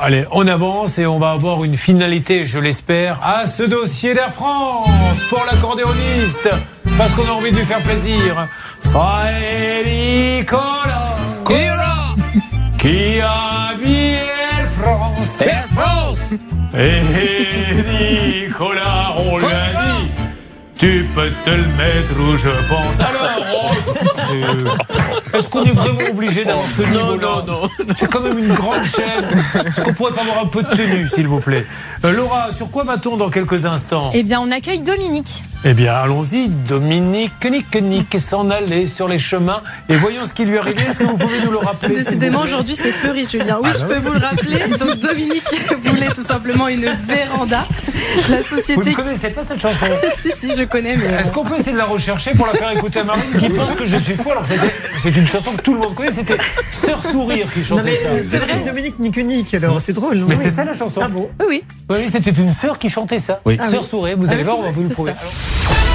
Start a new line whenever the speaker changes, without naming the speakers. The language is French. allez, on avance et on va avoir une finalité, je l'espère, à ce dossier d'Air France pour l'accordéoniste, parce qu'on a envie de lui faire plaisir. C'est Nicolas qui a mis Air Eh France.
Air France
Et Eh, Nicolas, on lui a dit. Tu peux te le mettre où je pense. Alors, oh, c'est- est-ce qu'on est vraiment obligé d'avoir ce niveau Non, non, non. C'est quand même une grande chaîne. Est-ce qu'on pourrait pas avoir un peu de tenue, s'il vous plaît Euh, Laura, sur quoi va-t-on dans quelques instants
Eh bien, on accueille Dominique.
Eh bien, allons-y. Dominique, Nick, Nick, s'en aller sur les chemins et voyons ce qui lui est arrivé. Est-ce que vous pouvez nous le rappeler s'il vous
Décidément,
plaît
aujourd'hui, c'est fleuri, Julien. Oui,
Ah
je
non
peux vous le rappeler. Donc, Dominique voulait tout simplement une véranda. La
Vous ne
société.
connaissez pas cette chanson
Si, si, je connais, mais. euh,
Est-ce qu'on peut essayer de la rechercher pour la faire écouter à Marine qui pense que je suis fou alors que c'était- c'est une chanson que tout le monde connaît, c'était Sœur Sourire qui
Non,
chantait
mais
ça.
euh, c'est vrai, Dominique nique nique, alors c'est drôle. non
Mais
Oui.
c'est ça la chanson.
Ah bon
Oui, oui.
Oui, c'était une sœur qui chantait ça.
Oui.
Sœur Sourire, vous allez
oui,
voir,
c'est
on va vous le
vrai,
prouver.